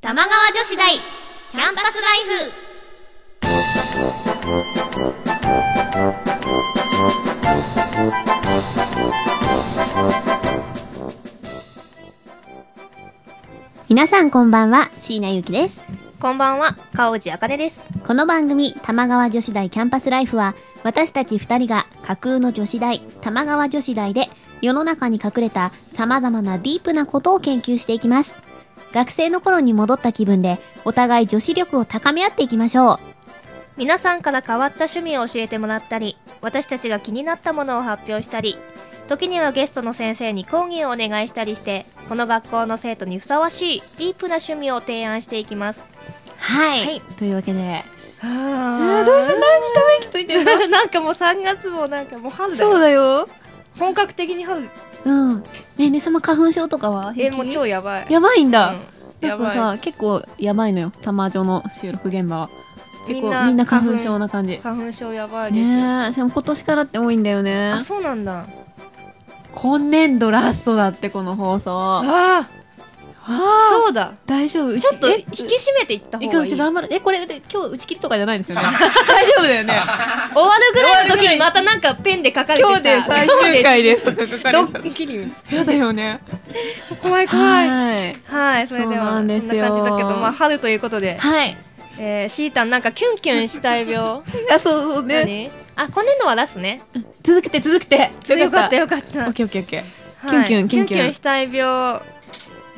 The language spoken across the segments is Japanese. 玉川女子大キャンパスライフ皆さんこんばんは、椎名ゆきです。こんばんは川内あかねですこの番組、玉川女子大キャンパスライフは、私たち二人が架空の女子大、玉川女子大で、世の中に隠れた様々なディープなことを研究していきます。学生の頃に戻った気分で、お互い女子力を高め合っていきましょう。皆さんから変わった趣味を教えてもらったり私たちが気になったものを発表したり時にはゲストの先生に講義をお願いしたりしてこの学校の生徒にふさわしいディープな趣味を提案していきますはいはいというわけで、あ何ため息ついて なんかもう3月もなんかもう春だよそうだよ。本格的に春うん。ねえねえ様花粉症とかは平え気もう超やばいやばいんだ。うん、なやんかばいさ結構やばいのよ玉城の収録現場は結構みんなみんな花粉症な感じ花粉症やばいです、ねえしかも今年からって多いんだよねあそうなんだ今年度ラストだってこの放送あああそうだ大丈夫ちょっとえ引き締めていったい方くがういいち頑張るえこれで今日打ち切りとかじゃないん ですよね大丈夫だよね終わるぐらいの時にまたなんかペンで書かれてさ今日で最終回ですとか書かドれたらッキリみたいやだよねな怖いいはいはいそれではそうそなんんなで感すじよだけどまあ春ということではいえーシータンなんかキュンキュンしたい病あそうそうね何あ今年度はラスね続くて続くてよかったよかっオたッケーオッケーオッケはいキュンキュンキュンキュンキュンキュンしたい病ー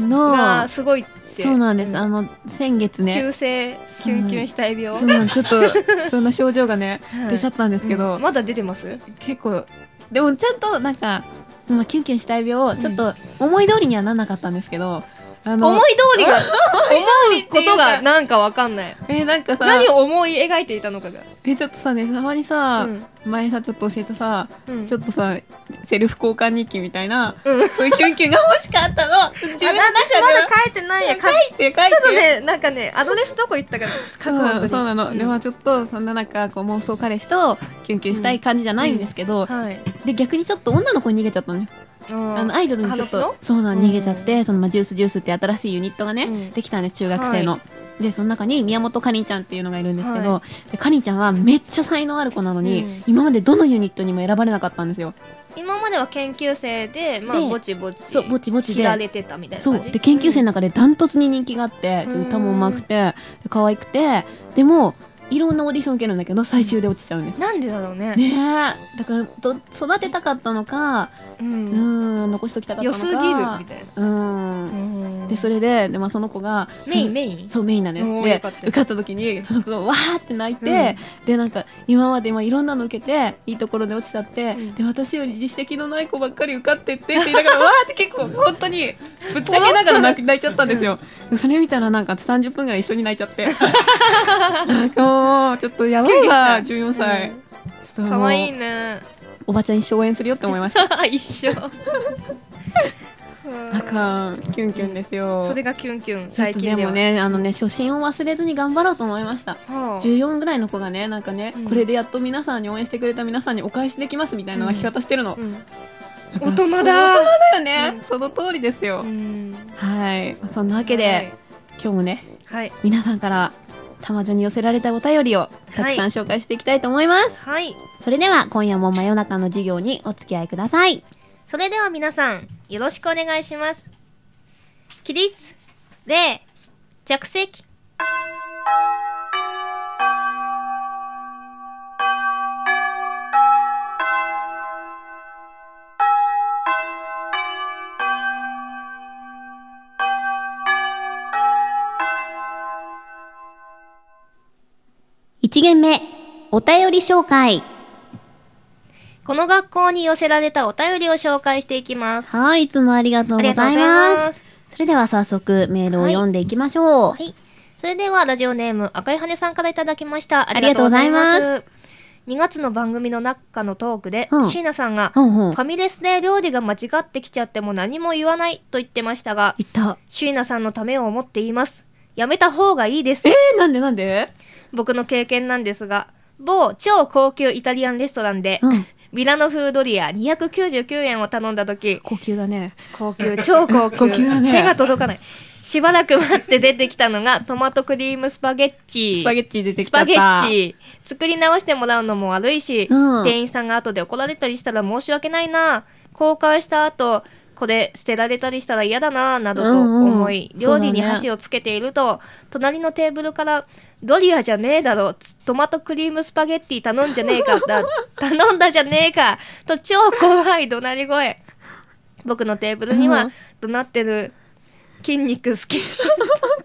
のがすごいってそうなんですうあの先月ね急性キュンキュンしたい病そうなんちょっとそんな症状がね、はい出ちゃったんですけど、うんまだ出てます結構でもちゃんとなんか、まあ、キュンキュンしたい病ちょっと思い通りにはなんなかったんですけど、あの思い通りが思うこと思い通りっていうがかなんかわかんないえなんかさ何を思い描いていたのかがえちょっとさねたまにさ、うん前さちょっと教えたさ、うんちょっとさセルフ交換日記みたいな、うんそういうキュンキュンが欲しかったの自分の中であ私まだは書いてないや。書書いいて書いてちょっとね、なんかね、アドレスどこ行ったかな、書そうなく本当のに。そうなの、んでまあちょっとそんな中こう妄想彼氏とキュンキュンしたい感じじゃないんですけど、はい。で逆にちょっと女の子に逃げちゃったのよああのアイドルにちょっあのとそうなのうん逃げちゃって、そのまあジュースジュースって新しいユニットがね、うんできたんです中学生の、はでその中に宮本かりんちゃんっていうのがいるんですけど、はでかりんちゃんはめっちゃ才能ある子なのに、うん今までどのユニットにも選ばれなかったんですよ、今までは研究生で、まあ、でぼちぼち。そうぼちぼちで知られてたみたいなそ感うじ。で研究生の中でダントツに人気があって、うん歌もうまくてで可愛くてでもいろんなオーディション受けるんだけど最終で落ちちゃうんです、うんなんでだろうね。ねえだからど育てたかったのか、う。うんん、残しときたかった良のかすぎるみたいな。うんうんでそれでで、まあ、その子がメインそのメイン。そうメインなんですおーよでかったよ受かった時にその子がわーって泣いて、でなんか今までまあいろんなの受けていいところで落ちちゃって、うんで私より実績のない子ばっかり受かってってって言いながら わーって結構本当にぶっちゃけながら泣き泣いちゃったんですよでそれ見たらなんか30分ぐらい一緒に泣いちゃ ってなんかもうちょっとやばキュンキいュンわした14歳、うんちょっともう可愛いね。おばちゃん一生応援するよって思いました 一 緒。なんかキュンキュンですよそれがキュンキュン、ちょっ最と近ででもは。ねあのね初心を忘れずに頑張ろうと思いましたはあ14ぐらいの子がねなんかね、うんこれでやっと皆さんに応援してくれた皆さんにお返しできますみたいな泣き方してるの、うんな大んか人そうだ。だよね、うんその通りですよ、うんはいまあそんなわけで、はい今日もねはい。皆さんから玉女に寄せられたお便りをたくさん紹介していきたいと思います、はい。それでは今夜も真夜中の授業にお付き合いくださいそれでは皆さん、よろしくお願いします。起立、礼、着席。 1限目お便り紹介この学校に寄せられたお便りを紹介していきます。はいいつもありがとうありごがざとうごいざいますます。それでは早速メールを読んでいきましょう、はい。それでは、ラジオネーム、赤い羽さんからいただきました。ありがとうございますりがとうございます。2月の番組の中のトークで、うん椎名さんが、ほフんほんァミレスで料理が間違ってきちゃっても何も言わないと言ってましたが、いった椎名さんのためを思って言います。やめた方がいいです。えなんでなんで僕の経験なんですが某超高級イタリアンレストランで、うんミラノ風ドリア299円を頼んだ時高級だね高級超高級高級だね手が届かないしばらく待って出てきたのがトマトクリームスパゲッチスパゲッチ出てきスちゃパっゲた。ッチ作り直してもらうのも悪いし、うん店員さんが後で怒られたりしたら申し訳ないな交換した後これ捨てられたりしたら嫌だななどと思い、うんうん料理そうにだね箸をつけていると、隣のテーブルから「ドリアじゃねえだろつトマトクリームスパゲッティ頼んじゃねえかだ頼んだじゃねえか」と超怖い怒鳴り声僕のテーブルにうはん怒鳴ってる筋肉好き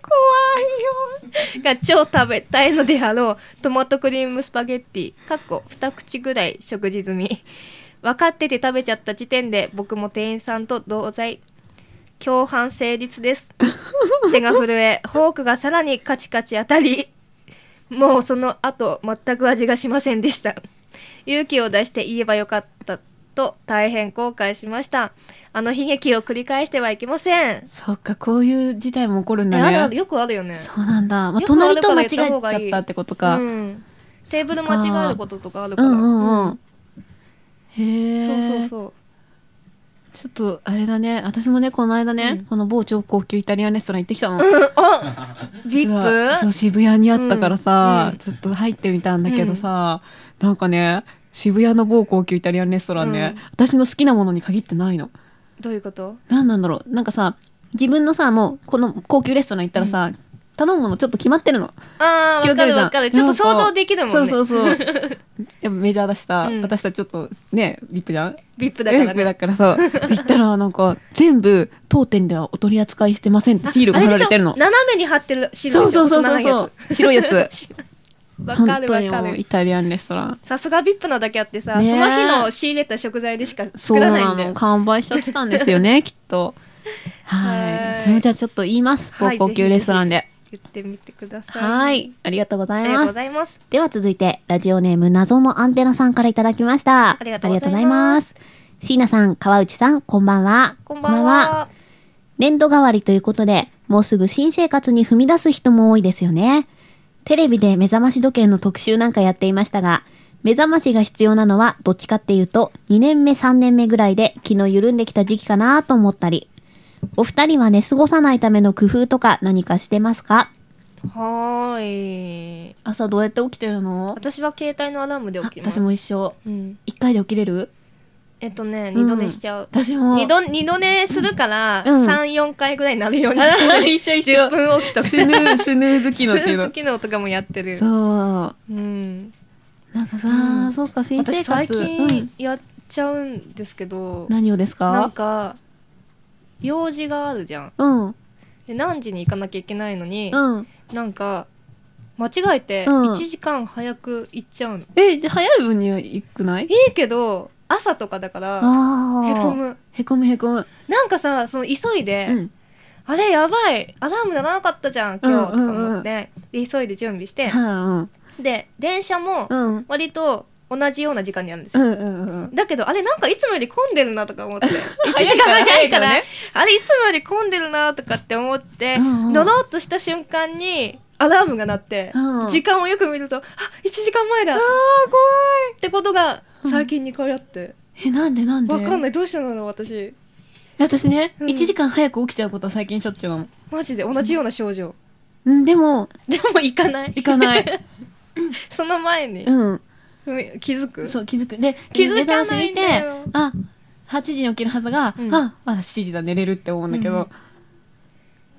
怖いよ。が超食べたいのであろうトマトクリームスパゲッティかっこ2口ぐらい食事済み分かってて食べちゃった時点で僕も店員さんと同罪共犯成立です 手が震えフォークがさらにカチカチ当たりもうその後全く味がしませんでした勇気を出して言えばよかったと大変後悔しましたあの悲劇を繰り返してはいけませんそっか、こういう事態も起こるんえあるだあね。るよくあるよねそうなんだ。まあ、よくあ隣るとから間違えち言っゃた方がいいったってことか。うん、テーブル間違えることとかあるかうらんうんううんん。へえ。そうそうそうちょっとあれだね私もねこの間ね、うんこの某超高級イタリアンレストラン行ってきたの、あ ビ実はッそうプ渋谷にあったからさ、うんうんちょっと入ってみたんだけどさ、なんかね渋谷の某高級イタリアンレストランね、うん私の好きなものに限ってないのどういうこと何なんだろうなんかさ自分のさもうこの高級レストラン行ったらさ、頼むものちょっと決まってるの、ああわかるわかるちょっと想像できるもんねそうそう そうやっぱメジャーだしさ、うん私たちちょっとねリップじゃんビップだからえねだからさって言ったらなんか全部当店ではお取り扱いしてませんってシールがあ貼れらでれしょてるの斜めに貼ってる白そいうそうそうそう細長いそやう白いやつつ わ本かる当にわかもうイるタリアンレストランさすがビップなだけあってさ、ねえその日の仕入れた食材でしかそう作らないなんだよの完売しちゃってたんですよねきっ とははいいそれもじゃあちょっと言いますは高い高級レストランで言ってみてくださいはいありがとうござあいりがとまうごすざいますでは続いてラジオネーム謎のアンテナさんからいただきましたありがとうございますす椎名さん川内さんこんばんはこんばんは年度代わりということで、もうすぐ新生活に踏み出す人も多いですよね。テレビで目覚まし時計の特集なんかやっていましたが、目覚ましが必要なのはどっちかっていうと、2年目3年目ぐらいで気の緩んできた時期かなと思ったり、お二人は寝過ごさないための工夫とか何かしてますかはーい朝どうやって起きてるの私は携帯のアラームで起きま私すも一緒。うん、一回で起きれるえっとねうん二度寝しちゃう、私も。二度二度寝するからうん34回ぐらいになるようにしてる緒 一10。分起き とかスヌー、スヌーズ機能 っていう好の。きのとかもやってるそう。うん、なんかさ、うんそうか新生活私最うん近やっちゃうんですけど、何をですなかんか用事があるじゃんうんで何時に行かなきゃいけないのに、うんなんか間違えてうん1時間早く行っちゃうの、えじゃあ早い分には行くないいいけど朝とかだからあへーこむへこむへこむなんかさその急いで、うんあれやばいアラーム鳴らなかったじゃん今日、うんうんうんとか思ってで急いで準備してはで電車もあうんうん割と同じような時間にあるんでうすよ、んうんうんだけどあれなんかいつもより混んでるなとか思って1時 いか間ら早いから早いからねあれいつもより混んでるなとかって思って、うんうん乗ろうとした瞬間にアラームが鳴って、うん時間をよく見るとあ1時間前だっあ怖いてことが最近2回あって、えなんでなんでわかんないいどうしてなの私私ねうん一時間早く起きちゃうことは最近しょっちゅうなのマジで同じような症状うんでもでも行かない行かないその前にうん踏み気づくそう気づくで気づかないんだ目覚ましよ見てあ8時に起きるはずがうんあまだ7時だ寝れるって思うんだけど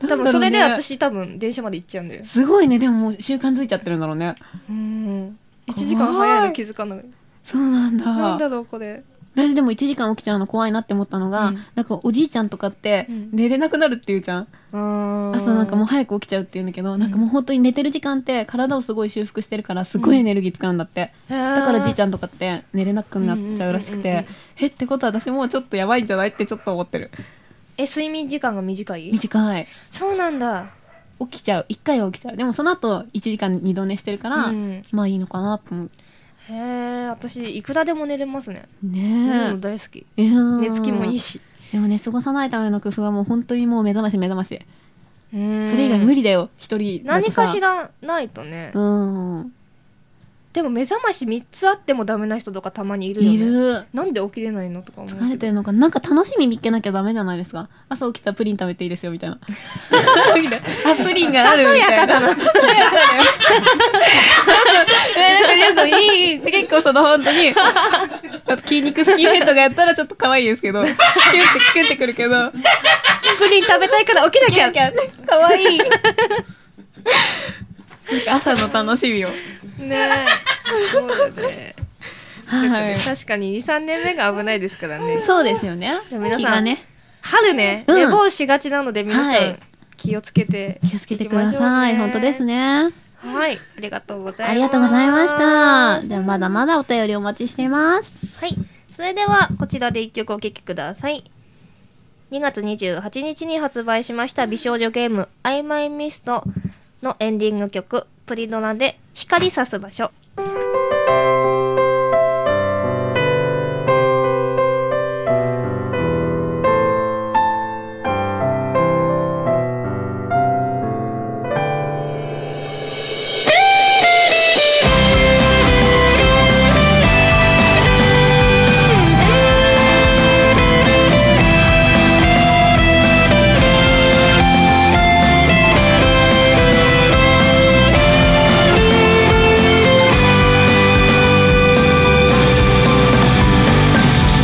多なんだろうね分それで私多分電車まで行っちゃうんだよすごいねでももう習慣づいちゃってるんだろうねうん1怖い時間早いの気づかないそうなんだなんだろうこれ私でも1時間起きちゃうの怖いなって思ったのが、うんなんかおじいちゃんとかってうん寝れなくなるっていうじゃん、朝朝なんかもう早く起きちゃうって言うんだけど、なんかもう本当に寝てる時間って体をすごい修復してるからすごいエネルギー使うんだって、だだからじいちゃんゃんとかって寝れなくなっちゃうらしくて、うんうんうんうんえってことは私もうちょっとやばいんじゃないってちょっと思ってるえ睡眠時間が短い短いそうなんだ起きちゃう1回は起きちゃうでもその後1時間2度寝してるから、うんまあいいのかなと思うへえ私いくらでも寝れますね寝るねの大好きえ、うん寝つきもいいしでもね過ごさないための工夫はもう本当にもう目覚まし目覚ましそそれ以外無理理だよ一人だと何さかしらないとねうんでも目覚まし3つあってもダメな人とかたまにいるよねいる。なんで起きれないのとか思うけど疲れてるのかなんか楽しみ見っけなきゃダメじゃないですか朝起きたらプリン食べていいですよみたいなあプリンがあるみたいなさそさやかだなそやかだよえなんかいいいい結構その本当にあと筋肉スキンヘッドがやったらちょっと可愛いですけどキュンってキュンってくるけどプリン食べたいから起きなキきャゃンキャン可愛いなんか朝の楽しみをねえそうだねはい確かに23年目が危ないですからねそうですよねでも皆さん日がね春ねうん寝坊しがちなので皆さん、はい気をつけて気をつけてください、行きましょう本当ですねはいありがとうございますありがとうございました。じゃあまだまだお便りお待ちしています。はい。それでは、こちらで一曲お聴きください。2月28日に発売しました美少女ゲーム、曖昧ミストのエンディング曲、プリドラで光さす場所。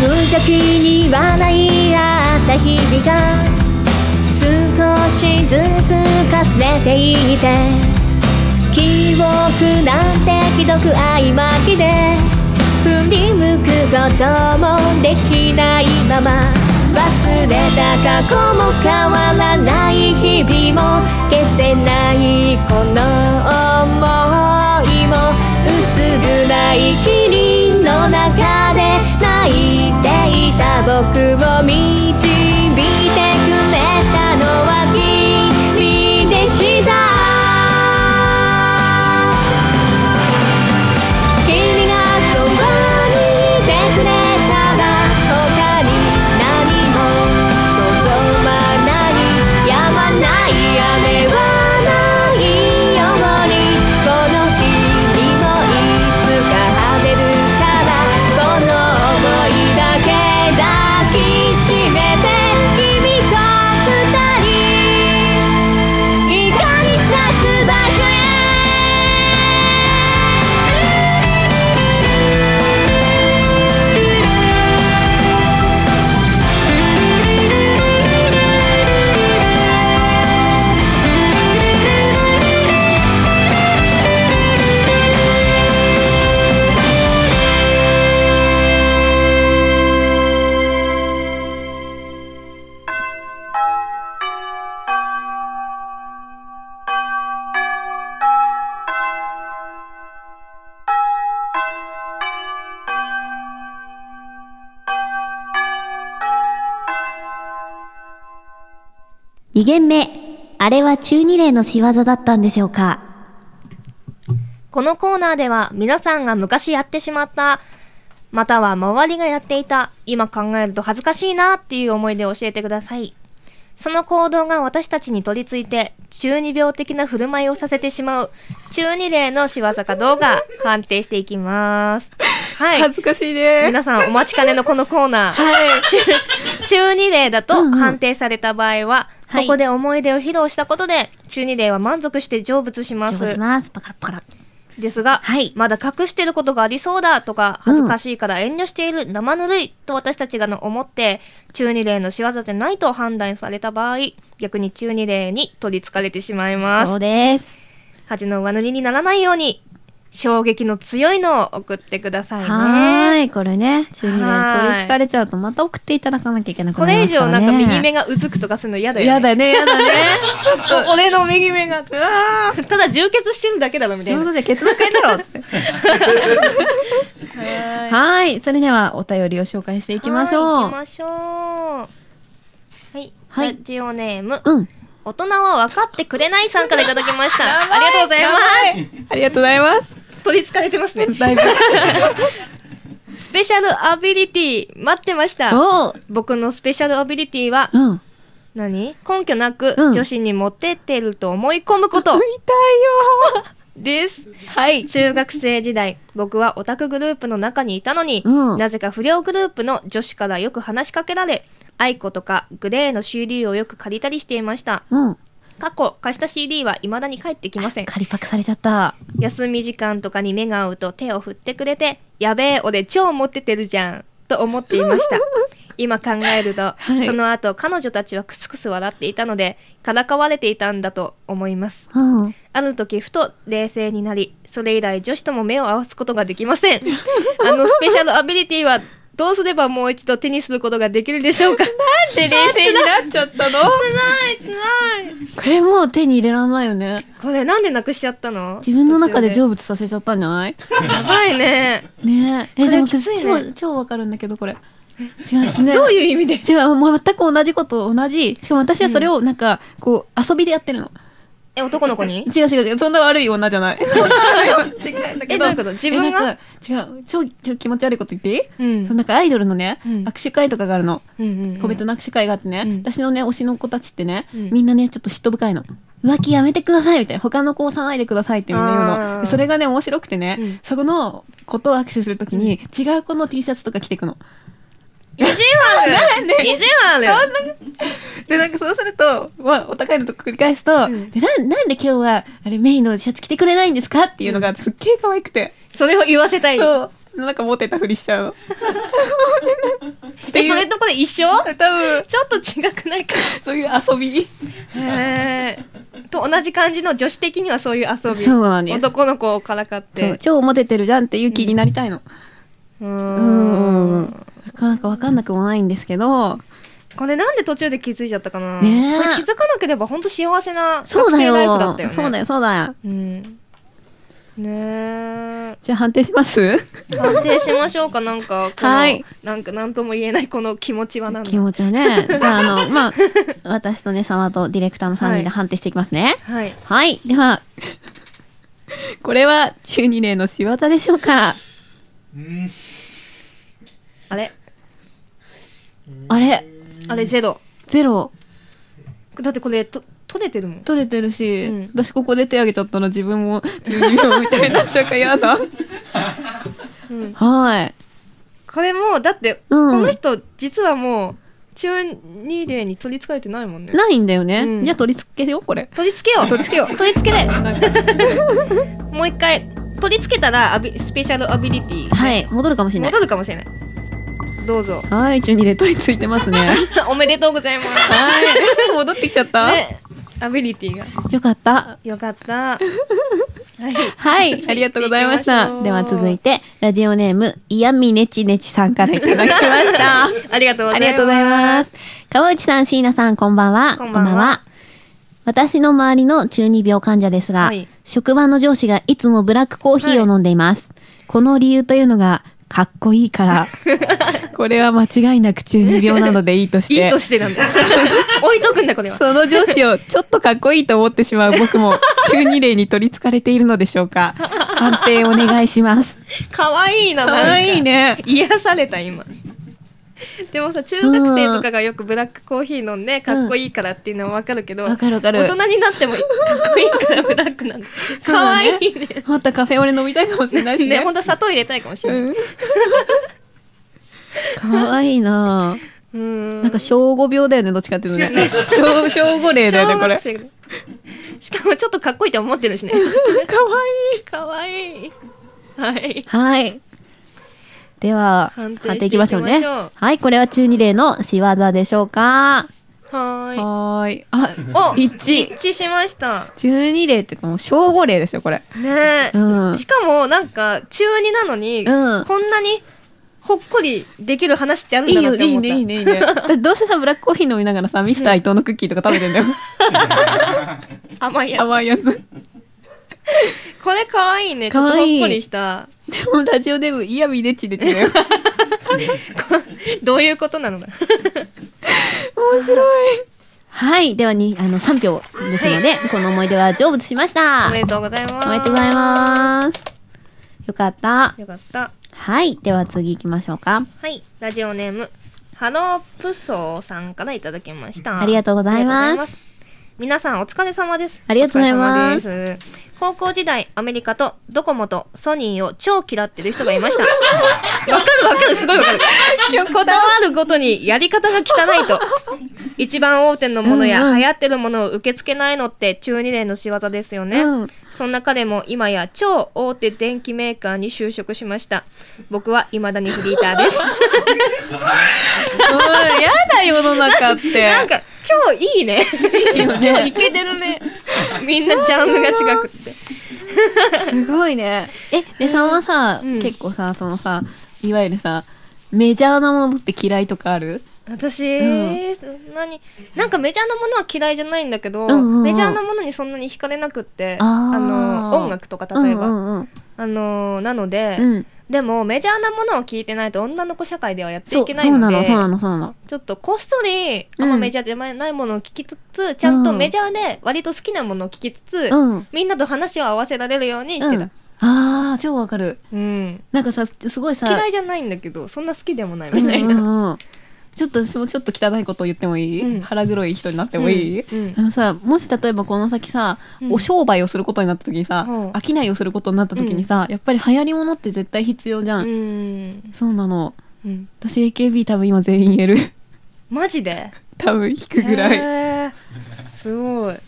無邪気に笑い合った日々が少しずつかすれていて記憶なんてひどく曖昧で振り向くこともできないまま忘れた過去も変わらない日々も消せないこの想いも薄暗い霧の中で泣いていた僕を導いてくれたのは君でした君がそばにいてくれたら他に何も望まない止まない雨はないようにこの日にもいつか晴れるからこの想いだけ抱きしめて君と二人光さす場所へ2限目。あれは中二例の仕業だったんでしょうかこのコーナーでは、皆さんが昔やってしまった、または周りがやっていた、今考えると恥ずかしいなっていう思い出を教えてください。その行動が私たちに取り付いて、中二病的な振る舞いをさせてしまう、中二例の仕業かどうか判定していきます。はい。恥ずかしいね。皆さんお待ちかねのこのコーナー。 はい。中中二例だとうんうん判定された場合は、はいここで思い出を披露したことで、中二例は満足して成仏しま上手すし。ます。パカラパカラ。ですが、はいまだ隠してることがありそうだとか、恥ずかしいから遠慮している、生ぬるいと私たちがの思って、中二例の仕業じゃないと判断された場合、逆に中二例に取り憑かれてしまいまそうす。です。恥の上塗りにならないように、衝撃の強いのを送ってくださいね。はーい。これね、中二例はーい取り憑かれちゃうとまた送っていただかなきゃいけなくこなりれま以すから上ね。なんか右目がうずくとかするの嫌だよね。やだね、やだね。ちょっと。 俺の右目うが。わー。ただ充血してるだけだろとみたいうこいな。とで結膜炎だろっつって。 はい。それではお便りを紹介していきましはいょ行う。きましょう。はい。はいラジオネーム、うん。。大人は分かってくれないさんからいただきました。ありがとうございますありがとうございます。す。取り憑かれてますね。だいぶ。スペシャルアビリティ、待ってました。 おう。僕のスペシャルアビリティは、うん。何根拠なくうん女子にモテてると思い込むこと。痛いよですはい。中学生時代僕はオタクグループの中にいたのに、うんなぜか不良グループの女子からよく話しかけられアイコとかグレーの CD をよく借りたりしていましたうん。過去貸した CD は未だに返ってきません仮パクされちゃった。休み時間とかに目が合うと手を振ってくれて「やべえ俺超モテてるじゃん」と思ってい ました今考えると、はいその後彼女たちはクスクス笑っていたのでからかわれていたんだと思いますうん。ある時ふと冷静になりそれ以来女子とも目を合わすことができ ませんあのスペシャルアビリティはどうすればもう一度手にすることができるでしょうかで、冷 静になっちゃったのないないこれもう手に入れらんないよね。これなんでなくしちゃったの自分の中で途中成仏させちゃったんじゃないやばいねねえ。こえ、れでもきつい私ね超、超わかるんだけど、これ。違う、ね。どういう意味で違う、もう全く同じこと同じ。しかも私はそれをなんか、こう、遊びでやってるの。え男の子 に違う違う違う、そんな悪い女じゃない。そんな悪い女違うんだ えどういうこと自分がえなんか違う、超、超気持ち悪いこと言っていい、うんそのなんかアイドルのね、うん握手会とかがあるの。個別の握手会があってね、うん私のね、推しの子たちってね、うんみんなね、ちょっと嫉妬深いの。浮気やめてくださいみたいな。他の子を押さないでくださいってみんな言うあーの。でそれがね、面白くてね、うんそこのことを握手するときに、違う子の T シャツとか着てくの。意地悪意地悪 で、なんかそうすると、まあ、お互いのとこ繰り返すと、んでな、なんで今日は、あれ、メインのシャツ着てくれないんですかっていうのがすっげえ可愛くて。それを言わせたいそう。なんか モテたふりしちゃうの。 ってえいうそれとこで一緒多分、ちょっと違くな いかそういう遊び。へーと同じ感じの女子的にはそういう遊びそうなんです男の子をからかっそう、て超モテてるじゃんっていう気になりたいの。うーうんん。なかなかわかんなくもないんですけど、これなんで途中で気づいちゃったかな、ねえこれ気づかなければ本当幸せなそ学うだ生よ。ライフだったよねそうだよ、そうだよ。うんねえじゃあ判定します判定しましょうかなんかこの、はいなんか何とも言えないこの気持ちは何だ気持ちを ね。じゃあ、あの、まあ、私とね、様とディレクターの3人はでい判定していきますね。はいはい。では、これは中二例の仕業でしょうかうんあれあれあれゼロゼロだってこれと取れてるもん取れてるし、うん私ここで手挙げちゃったら自分も中二病みたいになっちゃうからや だ。うんはい。これもうだって、うんこの人実はもう中二例に取りつかれてないもんねないんだよね。うんじゃあ取り付けよう、これ。取り付けよう取り付けよう取り付けでもう一回取り付けたらアビスペシャルアビリティはい。戻るかもしれない。戻るかもしれないど うぞはい、中二で取り付いて ますね。おめでとうございますはい。戻ってきちゃった、ねアビリティがよかった。よかったはい はい、ありがとうございまし行きました。ょうでは続いて、ラジオネーム、いやみねちねちさんからいただきました。 ありがとうごあざいますりがとうございます。川内さん、椎名さん、こんばんは。こんばんは私の周りの中二病患者ですが、はい職場の上司がいつもブラックコーヒーを飲んでいます。この理由というのが、かっこいい から。これは間違いなく中二病なのでいいとして。 いい人してた んです置いとくんだこれはその上司をちょっとかっこいいと思ってしまう僕 も中二例に取りつかれているのでしょうか。判定お願いします。可愛いななんかね。癒された今でもさ中学生とかがよくブラックコーヒー飲んでかっこいいからっていうのはわかるけど、うんわかるわかる大人になってもかっこいいからブラックなん だ可愛、いね本当カフェオレ飲みたいかもしれないしねね。本当は砂糖入れたいかもしれ ない、かわいいなうん、なんか小5病だよね、どっちかっていうとね。小、小5例だよね、これ。 小学生しかもちょっとかっこいいって思ってるしねかわいい。 可愛いはいはい。では、判判定していきましょう定いきましょうね。はい、これは中二例の仕業でしょうか。ははーい。あ、ーいお一一致しました中二例っていうかもう小5例ですよ、これ。ねえ、うんしかもなんか中二なのに、うんこんなにほっこりできる話ってあいるんいだなよ、ってい思いったね、いいね、いいね。だってどうせさ、ブラックコーヒー飲みながらさ、ミスター伊藤のクッキーとか食べてんだよ。 甘いや つ甘いやつ。でこれ可愛いねちょっと可ほっ愛いこりしたも、ラジオデブ、イヤミネチネチだよ。どういうことなのだ 面白い。はい。ではに、あの、3票ですので、この思い出は成仏しましたお。めでとうございますおめでとうございます。よかった。よかったはい。では次行きましょうか。はいラジオネームハロープソーさんからいただきましたありがとうございますありがとうございます皆さんお疲れ様ですありがとうございますお疲れ様です高校時代アメリカとドコモとソニーを超嫌ってる人がいま したわかるわかるすごいわかるこだわるごとにやり方が汚いと一番大手のものうんうやん流行ってるものを受け付けないのって中二連の仕業ですよね、うんそんな彼も今や超大手電機メーカーに就職しました僕は未だにフリーターですやだ世の中って。 なんか今日いいね今日いけてるねみんなジャンルが違くってすごいね。え、でさんはさ、うん結構さ、そのさ、いわゆるさ、メジャーなものって嫌いとかある私、うんそんなになんかメジャーなものは嫌いじゃないんだけど、うんうんうんメジャーなものにそんなに惹かれなくってあーの音楽とか例えば、うんうんうんあのなので、うんでもメジャーなものを聞いてないと女の子社会ではやってそ、いうけなそいうのなの、でそうなの、そうなの。ちょっとこっそりあんまメジャーじゃないものを聞きつつ、ちゃんとメジャーで割と好きなものを聞きつつ、うん。みんなと話を合わせられるようにしてた、ああ、超わかる。うん、なんかさ、すごいさ、嫌いじゃないんだけどそんな好きでもないみたいな、うんうんうんちょっと私もちょっと汚いことを言ってもいい、うん腹黒い人になってもいい、うんうんあのさもし例えばこの先さ、うんお商売をすることになった時にさ、うん商いをすることになった時にさ、やっぱり流行りものって絶対必要じゃん、うんそうなのうん、私 AKB 多分今全員言える マジで多分引くぐらい、へーすごいへ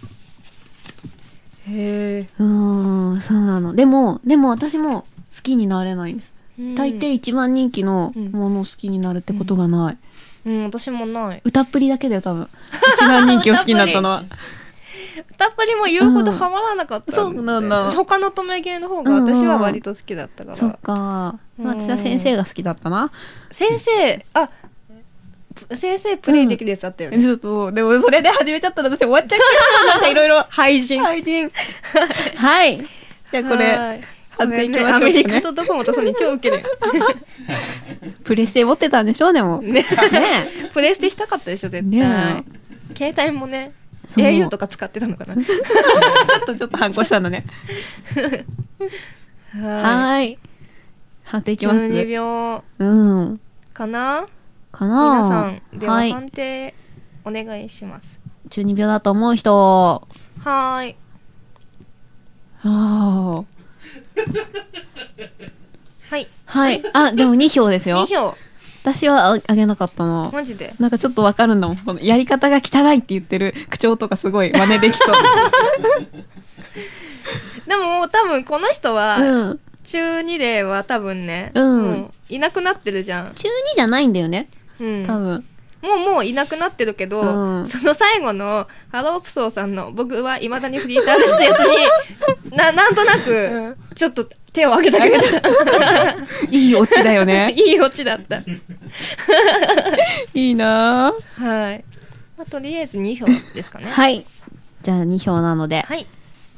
え、うーんそうなのでもでも私も好きになれないんです、うん大抵一番人気のものを好きになるってことがない、うん私もない歌っぷりだけだよ多分一番人気を好きになったのは歌っぷりも言うほどハマらなかったでうんそうなんだ他の止め芸の方が私は割と好きだったから、そっか。うん松田先生が好きだったな。先生あ先生プレイできるやつあったよね、ちょっと、でもそれで始めちゃったら私終わっちゃうけど、なんかいろい ろ。配信配信。はい。じゃあこはれい、貼っていきましょうかねアメリカとドコモとソニー超ウケるよプレステ持ってたんでしょう、でも。 ねねプレステしたかったでしょ絶対、ね携帯もねそう au とか使ってたのか なちょっとちょっと反抗したんだね。ははい。貼っていいきます。 12秒うん。かなか皆なさんでは。はい判定お願いします12秒だと思う人。はーいあーはい はい。あ、でも2票です2よ。票私はああげなかったな。マジでなんかちょっとわかるんだもん。このやり方が汚いって言ってる口調とかすごい真似でき そう。でも多分この人は、うん。中二例は多分ね、うんもういなくなってるじゃん、中二じゃないんだよね。うん、多分。もうもういなくなってるけど、うんその最後のハロープソーさんの「僕は未だにフリーターです」ってやつに ななんとなくちょっと手を挙げ たくなっいいオチだよたね。 いいオチだったいいなぁはい、まあ、とりあえず2票ですかねい、はい。じゃあ2票なので、はい、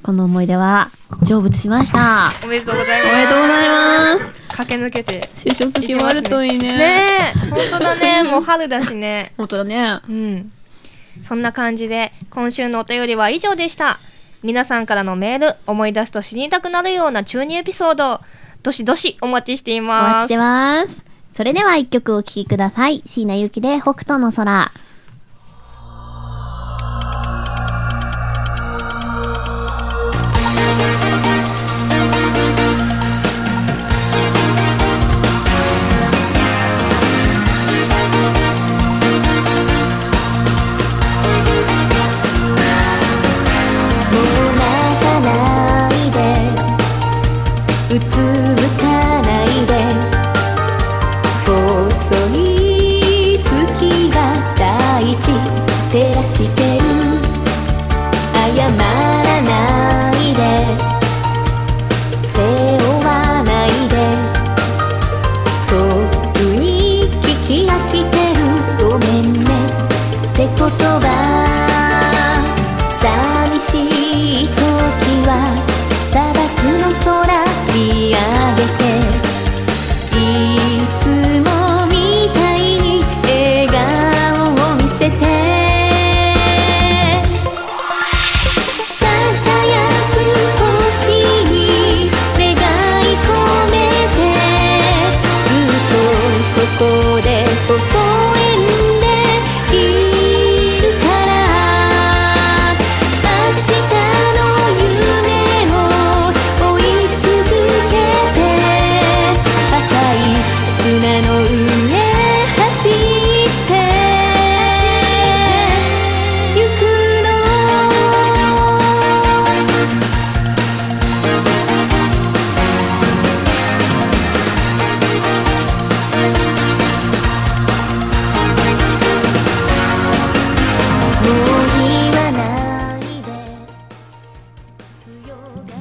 この思い出は成仏しました。おめでとうございおますめでとうございます駆け抜けてす。就職決まるといいね。ねえ本当だ ねもう春だしね本当だね。うん。そんな感じで、今週のお便りは以上でした。皆さんからのメール、思い出すと死にたくなるような中二エピソード、どしどしお待ちしていおます。待ちしてます。それでは一曲お聴きください。椎名ゆきで北斗の空。もう泣かないでうつむかないで細い月が大地照らしてる謝らないで背負わないで遠くに聞き飽きてるごめんねって言葉寂しい時は砂漠の空見上げていつもみたいに笑顔を見せて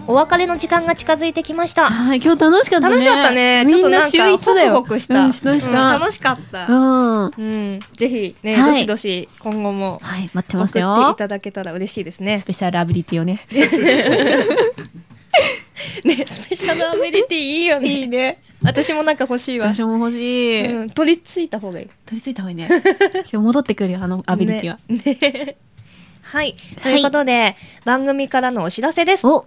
お別れの時間が近づいてきましたはい、今日楽しかったね。楽しかったねちょっとなんかホクホクした,、うん、したした。うん楽しかった、ううんん。はい、ぜひね、はいどしどし今後も待って送まっすていよ。ただけたら嬉しいですねスペシャルアビリティをね。ねスペシャルアビリティいいよねいね。私もなんか欲しいわ、 私も欲しい。うん、取り付いた方がいい取り付いた方がいいね。今日戻ってくるよ、あのアビリティは。ねねはい、ということで、番組から のお知らせですお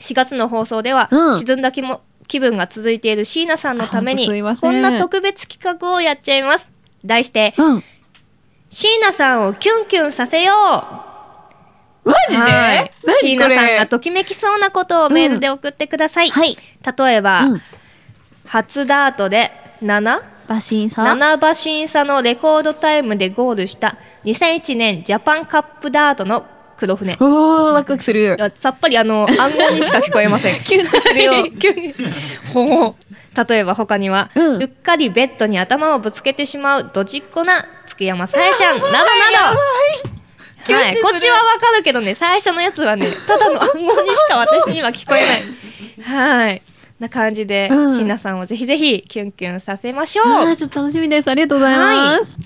4月の放送では、うん沈んだ気も気分が続いている椎名さんのためあほんとすにいませんこんな特別企画をやっちゃいます題してうん。 「椎名さんをキュンキュンさせようマ」ジではい椎何こ名さんがれときめきそうなことをメールで送ってください、はい。例えば、うん。初ダートで 7? バシンさん。 7馬身差のレコードタイムでゴールした2001年ジャパンカップダートの黒船おー、ワクワクするい。やさっぱりあの暗号にしか聞こえませ ん急にするよ 急にほう例えば他には、ううんっかりベッドに頭をぶつけてしまうドジっ子な月山さえちゃんなどなどはい、こっちはわかるけどね最初のや つはねただの暗号にしか私には聞こえない はいな感じで、うん椎名さんをぜひぜひキュンキュンさせましょうあーちょっと楽しみです。ありがとうございます。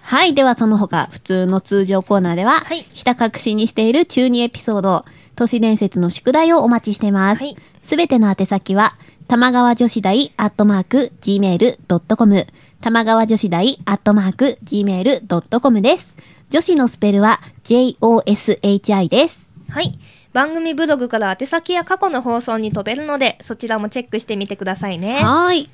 はい、ではその他、普通の通常コーナーでは、はいひた隠しにしている中二エピソード、都市伝説の宿題をお待ちしていますはい。すべ、ての宛先は、玉川女子大アットマーク gmail.com、玉川女子大アットマーク gmail.com です。女子のスペルは joshi です。はい。番組ブログから宛先や過去の放送に飛べるので、そちらもチェックしてみてくださいね。はーい。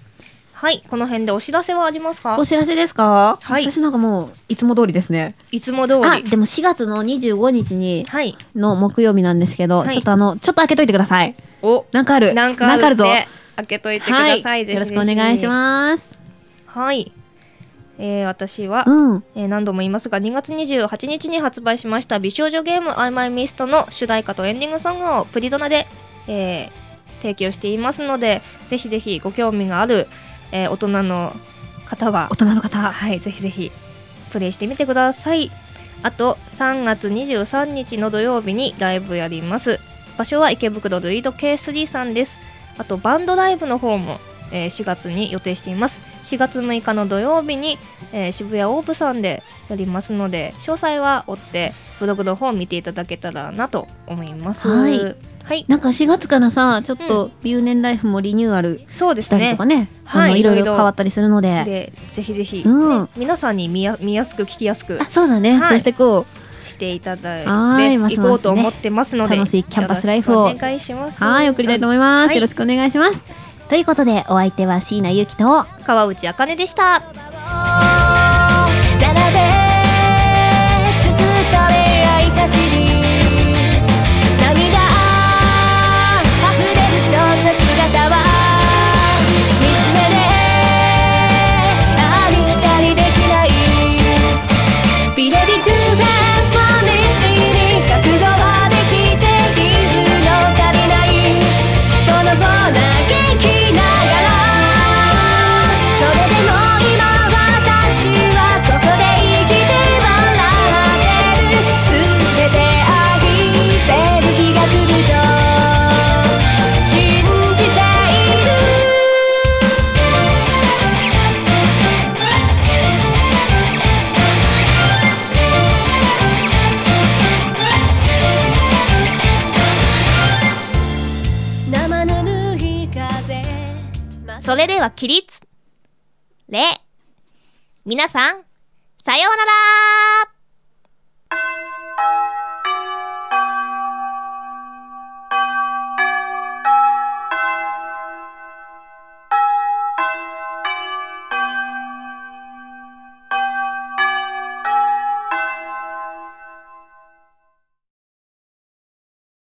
はい。この辺でお知らせはありますかお知らせですかはい私なんかもう、いつも通りですね。いつも通あ、り。でも4月の25日に、はい。の木曜日なんですけど、はいちょっとあの、ちょっと開けといてください。お、なんかある。なんかあるんぞ。で、開けといてください。はい。ぜひぜよろしくお願いします。す。はい。えー、私は、うん。えー何度も言いますが2月28日に発売しました美少女ゲーム「アイマイミスト」の主題歌とエンディングソングをプリドナで、えー提供していますのでぜひぜひご興味がある、えー大人の方は大人の方。はい、ぜひぜひプレイしてみてください。あと3月23日の土曜日にライブやります。場所は池袋ルイード K3 さんです。あとバンドライブの方も、えー4月に予定しています。4月6日の土曜日に、えー渋谷オープさんでやりますので、詳細は追ってブログの方を見ていただけたらなと思います。はいはい、なんか4月からさ、ちょっと、留年ライフもリニューアルそうでしすたりとねか。ね。あはの、いいろいいろろいろ変わったりするので。で、ぜひぜひ、うんね皆さんに見や見やすく聞きやすくあ、そうだね。はいそうしてこしていただいてはいますます行ねこうと思ってますので、楽しいキャンパスライフをよろしくお願いしまう。す。はい、送りたいと思います。はいよろしくお願いします。ということで、お相手は椎名ゆきと、川内あかねでした。並べつつかれ合い走り涙あふれるそんな姿は惨めでありきたりできないビレビトゥフェスワンディスティに覚悟はできているの足りないボロボロ嘆きながらそれでも今私はここで生きて笑ってる全て愛せる日が来ると信じている生ぬるい風それでは起立。礼。皆さん、さようなら